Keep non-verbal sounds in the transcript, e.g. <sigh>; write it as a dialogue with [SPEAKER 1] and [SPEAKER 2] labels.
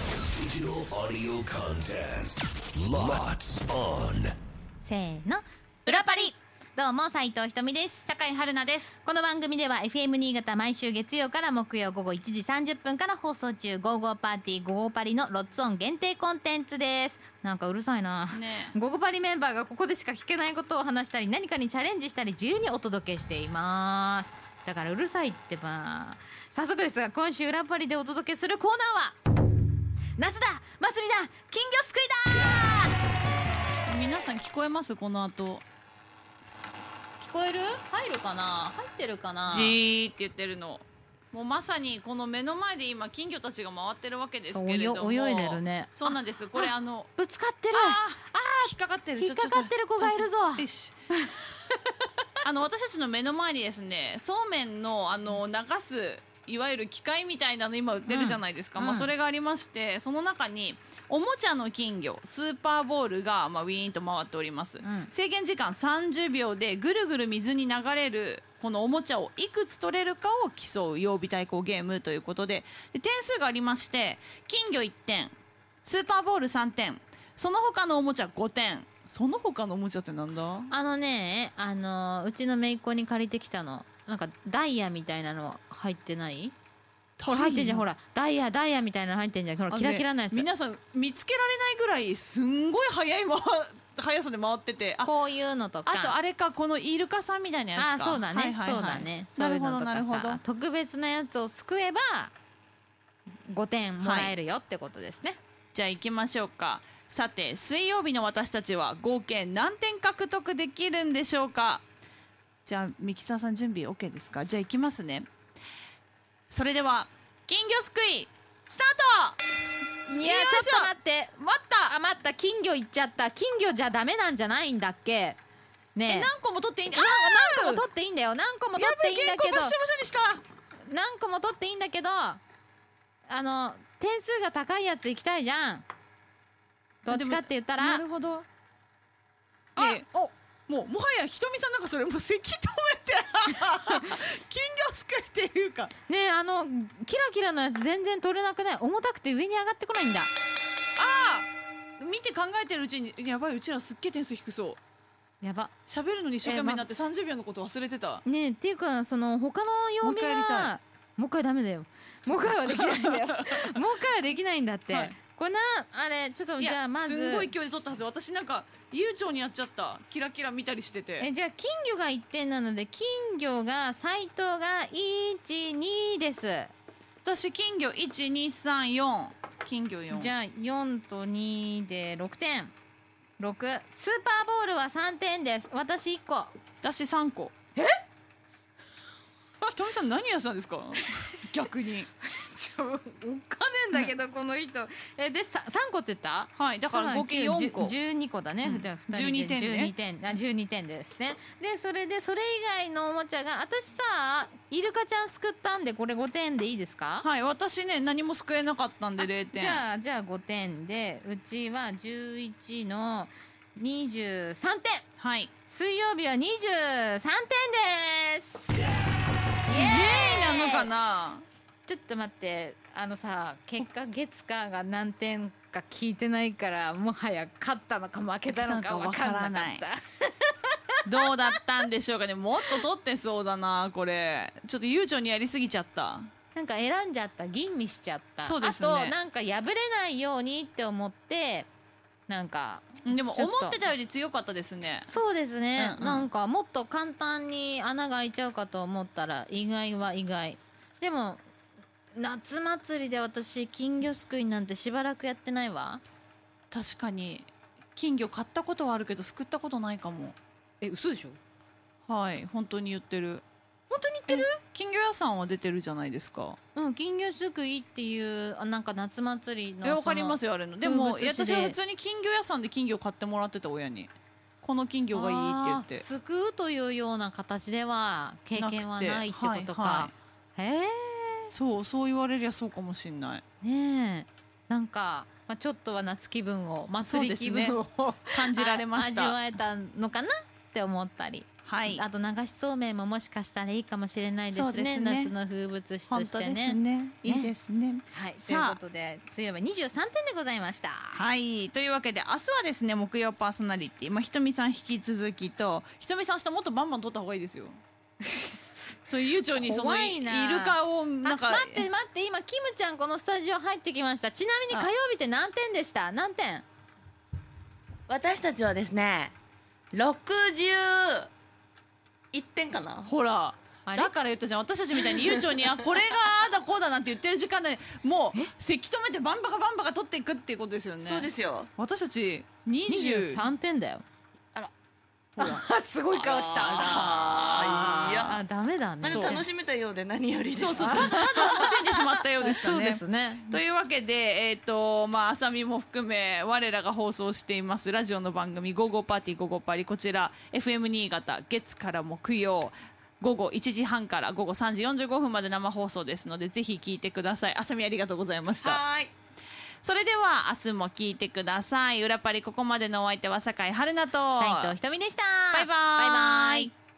[SPEAKER 1] Digital audio contest. Lots on.
[SPEAKER 2] せーの裏パリどうも斉藤ひとみです
[SPEAKER 3] 坂井春菜です
[SPEAKER 2] この番組では FM 新潟毎週月曜から木曜午後1時30分から放送中「ゴーゴーパーティーゴーゴーパリ」のロッツオン限定コンテンツですなんかうるさいな、
[SPEAKER 3] ねえ
[SPEAKER 2] ゴーゴーパリメンバーがここでしか聞けないことを話したり何かにチャレンジしたり自由にお届けしていますだからうるさいってば早速ですが今週裏パリでお届けするコーナーは夏だ祭りだ金魚すくいだ
[SPEAKER 3] 皆さん聞こえますこの後
[SPEAKER 2] 聞こえる入るかな入ってるかな
[SPEAKER 3] じーって言ってるのもうまさにこの目の前で今金魚たちが回ってるわけですけれど
[SPEAKER 2] そう
[SPEAKER 3] も
[SPEAKER 2] 泳い泳いでるね
[SPEAKER 3] そうなんですこれあの
[SPEAKER 2] ぶつかってる
[SPEAKER 3] あー引っかかってる
[SPEAKER 2] 引っかかってる子がいるぞ
[SPEAKER 3] よし <laughs> あの私たちの目の前にですねそうめんのあの流すいわゆる機械みたいなの今売ってるじゃないですか、
[SPEAKER 2] うん
[SPEAKER 3] まあ、
[SPEAKER 2] うん
[SPEAKER 3] それがありましてその中におもちゃの金魚スーパーボールが、まあ、ウィーンと回っております、
[SPEAKER 2] ん
[SPEAKER 3] 制限時間30秒でぐるぐる水に流れるこのおもちゃをいくつ取れるかを競う曜日対抗ゲームということでで点数がありまして金魚1点スーパーボール3点その他のおもちゃ5点その他のおもちゃってなんだ
[SPEAKER 2] あのねあのうちの姪っ子に借りてきたのなんかダイヤみたいなの入ってないほら入ってんじゃんほらダイヤダイヤみたいなの入ってんじゃんほら
[SPEAKER 3] あのね
[SPEAKER 2] キラキラのやつ
[SPEAKER 3] 皆さん見つけられないぐらいすんごい速い、ま、 <laughs> 速さで回っててあ
[SPEAKER 2] こういうのとか
[SPEAKER 3] あとあれかこのイルカさんみたいなや
[SPEAKER 2] あ
[SPEAKER 3] つか
[SPEAKER 2] そうだね、
[SPEAKER 3] はいはいはい
[SPEAKER 2] そうだね
[SPEAKER 3] なるほど
[SPEAKER 2] そうい
[SPEAKER 3] な
[SPEAKER 2] うの
[SPEAKER 3] る
[SPEAKER 2] と
[SPEAKER 3] ほ
[SPEAKER 2] か
[SPEAKER 3] ど
[SPEAKER 2] さ特別なやつをすくえば5点もらえるよってことですね、
[SPEAKER 3] じゃあ行きましょうかさて水曜日の私たちは合計何点獲得できるんでしょうかじゃあミキサーさん準備 OK ですかじゃあ行きますねそれでは金魚すくいスター
[SPEAKER 2] い、
[SPEAKER 3] い
[SPEAKER 2] や
[SPEAKER 3] 行きまし
[SPEAKER 2] ち
[SPEAKER 3] ょ
[SPEAKER 2] ょっ
[SPEAKER 3] う
[SPEAKER 2] と待って
[SPEAKER 3] ト待った
[SPEAKER 2] あ待った金魚いっちゃった金魚じゃダメなんじゃないんだっけね
[SPEAKER 3] え
[SPEAKER 2] え
[SPEAKER 3] 何個も取っていいんだあ
[SPEAKER 2] 何個も取っていいんだよ何個も取
[SPEAKER 3] や
[SPEAKER 2] って
[SPEAKER 3] べえ
[SPEAKER 2] いいんだ
[SPEAKER 3] 原
[SPEAKER 2] け
[SPEAKER 3] 稿
[SPEAKER 2] ど
[SPEAKER 3] 出してませんでした
[SPEAKER 2] 何個も取っていいんだけどあの点数が高いやつ行きたいじゃんどっちかって言った
[SPEAKER 3] な
[SPEAKER 2] ら
[SPEAKER 3] るほど
[SPEAKER 2] あ
[SPEAKER 3] え
[SPEAKER 2] お
[SPEAKER 3] もうもはやひとみさんなんかそれもうせき止めて <laughs> 金魚すくいっていうか
[SPEAKER 2] ねえあのキラキラのやつ全然取れなくない重たくて上に上がってこないんだ
[SPEAKER 3] ああ見て考えてるうちにやばいうちらすっげえ点数低そう
[SPEAKER 2] やば
[SPEAKER 3] 喋るのに一生懸命になって30秒のこと忘れてた、
[SPEAKER 2] ねえっていうかその他の曜日
[SPEAKER 3] もう一回やりた
[SPEAKER 2] がもう一回ダメだよもう一回はできないんだ
[SPEAKER 3] <laughs>
[SPEAKER 2] よもう一回はできないんだって、
[SPEAKER 3] はい
[SPEAKER 2] これなあれちょっと
[SPEAKER 3] い
[SPEAKER 2] じ
[SPEAKER 3] や
[SPEAKER 2] ゃあまず
[SPEAKER 3] すんごい勢いで撮ったはず私なんか悠長にやっちゃったキラキラ見たりしてて
[SPEAKER 2] えじゃあ金魚が1点なので金魚が斎藤が12です
[SPEAKER 3] 私金魚1234金魚4
[SPEAKER 2] じゃあ4と2で6点6スーパーボールは3点です私1個
[SPEAKER 3] 私3個えひとみさん何やってたんで
[SPEAKER 2] <laughs>
[SPEAKER 3] すか逆に
[SPEAKER 2] <laughs> お金だけどこの人えでさ3個って言った
[SPEAKER 3] はいだから合計4個
[SPEAKER 2] じゅ12個だね、
[SPEAKER 3] うん
[SPEAKER 2] じゃあ2人で12
[SPEAKER 3] 12
[SPEAKER 2] 点あ12点ですねでそれでそれ以外のおもちゃが私さイルカちゃん救ったんでこれ5点でいいですか
[SPEAKER 3] はい私ね何も救えなかったんで0点
[SPEAKER 2] じゃあじゃあ5点でうちは11の23点
[SPEAKER 3] はいイ
[SPEAKER 2] 水曜日は23点ですイエ
[SPEAKER 3] エーイなの
[SPEAKER 2] な
[SPEAKER 3] かな
[SPEAKER 2] ちょっと待ってあのさ結果月火が何点か聞いてないからもはや勝ったのか負けたのか分からなかっ
[SPEAKER 3] 分
[SPEAKER 2] た
[SPEAKER 3] かどうだったんでしょうかねもっと取ってそうだなこれちょっと悠長にやりすぎちゃった
[SPEAKER 2] なんか選んじゃった吟味しちゃった
[SPEAKER 3] そうですね
[SPEAKER 2] あとなんか破れないようにって思ってなんか
[SPEAKER 3] でも
[SPEAKER 2] ちょっ
[SPEAKER 3] 思
[SPEAKER 2] と
[SPEAKER 3] ってたより強かったですね
[SPEAKER 2] そうですね、
[SPEAKER 3] うんうん
[SPEAKER 2] なんかもっと簡単に穴が開いちゃうかと思ったら意外は意外でも夏祭りで私金魚すくいなんてしばらくやってないわ
[SPEAKER 3] 確かに金魚買ったことはあるけど救ったことないかも
[SPEAKER 2] え嘘でしょ
[SPEAKER 3] はい本当に言ってる本当に言ってる金魚屋さんは出てるじゃないですか
[SPEAKER 2] うん金魚すくいっていうあなんか夏祭りの
[SPEAKER 3] えわかりますすよあれのでも
[SPEAKER 2] 風物詩
[SPEAKER 3] 私
[SPEAKER 2] で
[SPEAKER 3] は普通に金魚屋さんで金魚買ってもらってた親にこの金魚がいいって言って
[SPEAKER 2] すくうというような形では経験はないってことか
[SPEAKER 3] は
[SPEAKER 2] へえ
[SPEAKER 3] そうそう言われりゃそうかもしんない
[SPEAKER 2] ねえなんか、まあ、ちょっとは夏気分を祭り気分を、
[SPEAKER 3] 感じられまし
[SPEAKER 2] あ
[SPEAKER 3] た
[SPEAKER 2] 味わえたのかなって思ったり、
[SPEAKER 3] はい
[SPEAKER 2] あと流しそうめんももしかしたらいいかもしれないです
[SPEAKER 3] そ
[SPEAKER 2] ね
[SPEAKER 3] うですね
[SPEAKER 2] 夏の風物詩と
[SPEAKER 3] 本
[SPEAKER 2] して
[SPEAKER 3] 当です
[SPEAKER 2] ね
[SPEAKER 3] ねいいですね
[SPEAKER 2] はいという
[SPEAKER 3] さあ
[SPEAKER 2] ことで強め23点でございました
[SPEAKER 3] はいというわけで明日はですね木曜パーソナリティ、まあ、ひとみさん引き続きとひとみさん明日もっとバンバン撮った方がいい
[SPEAKER 2] <laughs>
[SPEAKER 3] ですよそういう悠長にその
[SPEAKER 2] 怖
[SPEAKER 3] い
[SPEAKER 2] い
[SPEAKER 3] イル
[SPEAKER 2] な
[SPEAKER 3] カをなんか
[SPEAKER 2] あ待って待って今キムちゃんこのスタジオ入ってきましたちなみに火曜日って何点でした何点
[SPEAKER 4] 私たちはですね61点かな
[SPEAKER 3] ほら
[SPEAKER 2] あれ
[SPEAKER 3] だから言ったじゃん私たちみたいに悠長にあこれがああだこうだなんて言ってる時間でもうせき止めてバンバカバンバカ撮っていくっていうことですよね
[SPEAKER 4] そうですよ
[SPEAKER 3] 私たち20
[SPEAKER 2] 23点だよ
[SPEAKER 4] あら
[SPEAKER 2] あすごい顔した
[SPEAKER 4] あらいや
[SPEAKER 2] あダメだね
[SPEAKER 4] まあ、でも
[SPEAKER 2] そう
[SPEAKER 4] 楽しめたようで何よりです
[SPEAKER 3] そうそうただただ楽しんでしまったようでしたね
[SPEAKER 2] そうですね
[SPEAKER 3] というわけで、えっ、と、まあ、あさみも含め、我らが放送しています、ラジオの番組、午後パーティー午後パリ、こちら、FM 新潟、月から木曜、午後1時半から午後3時45分まで生放送ですので、ぜひ聞いてください。あさみありがとうございました。
[SPEAKER 4] はーい
[SPEAKER 3] それでは、明日も聞いてください。裏パリ、ここまでのお相手は、酒井春奈と、
[SPEAKER 2] 斉藤ひとみでした
[SPEAKER 3] バイバーイ
[SPEAKER 2] バイバイ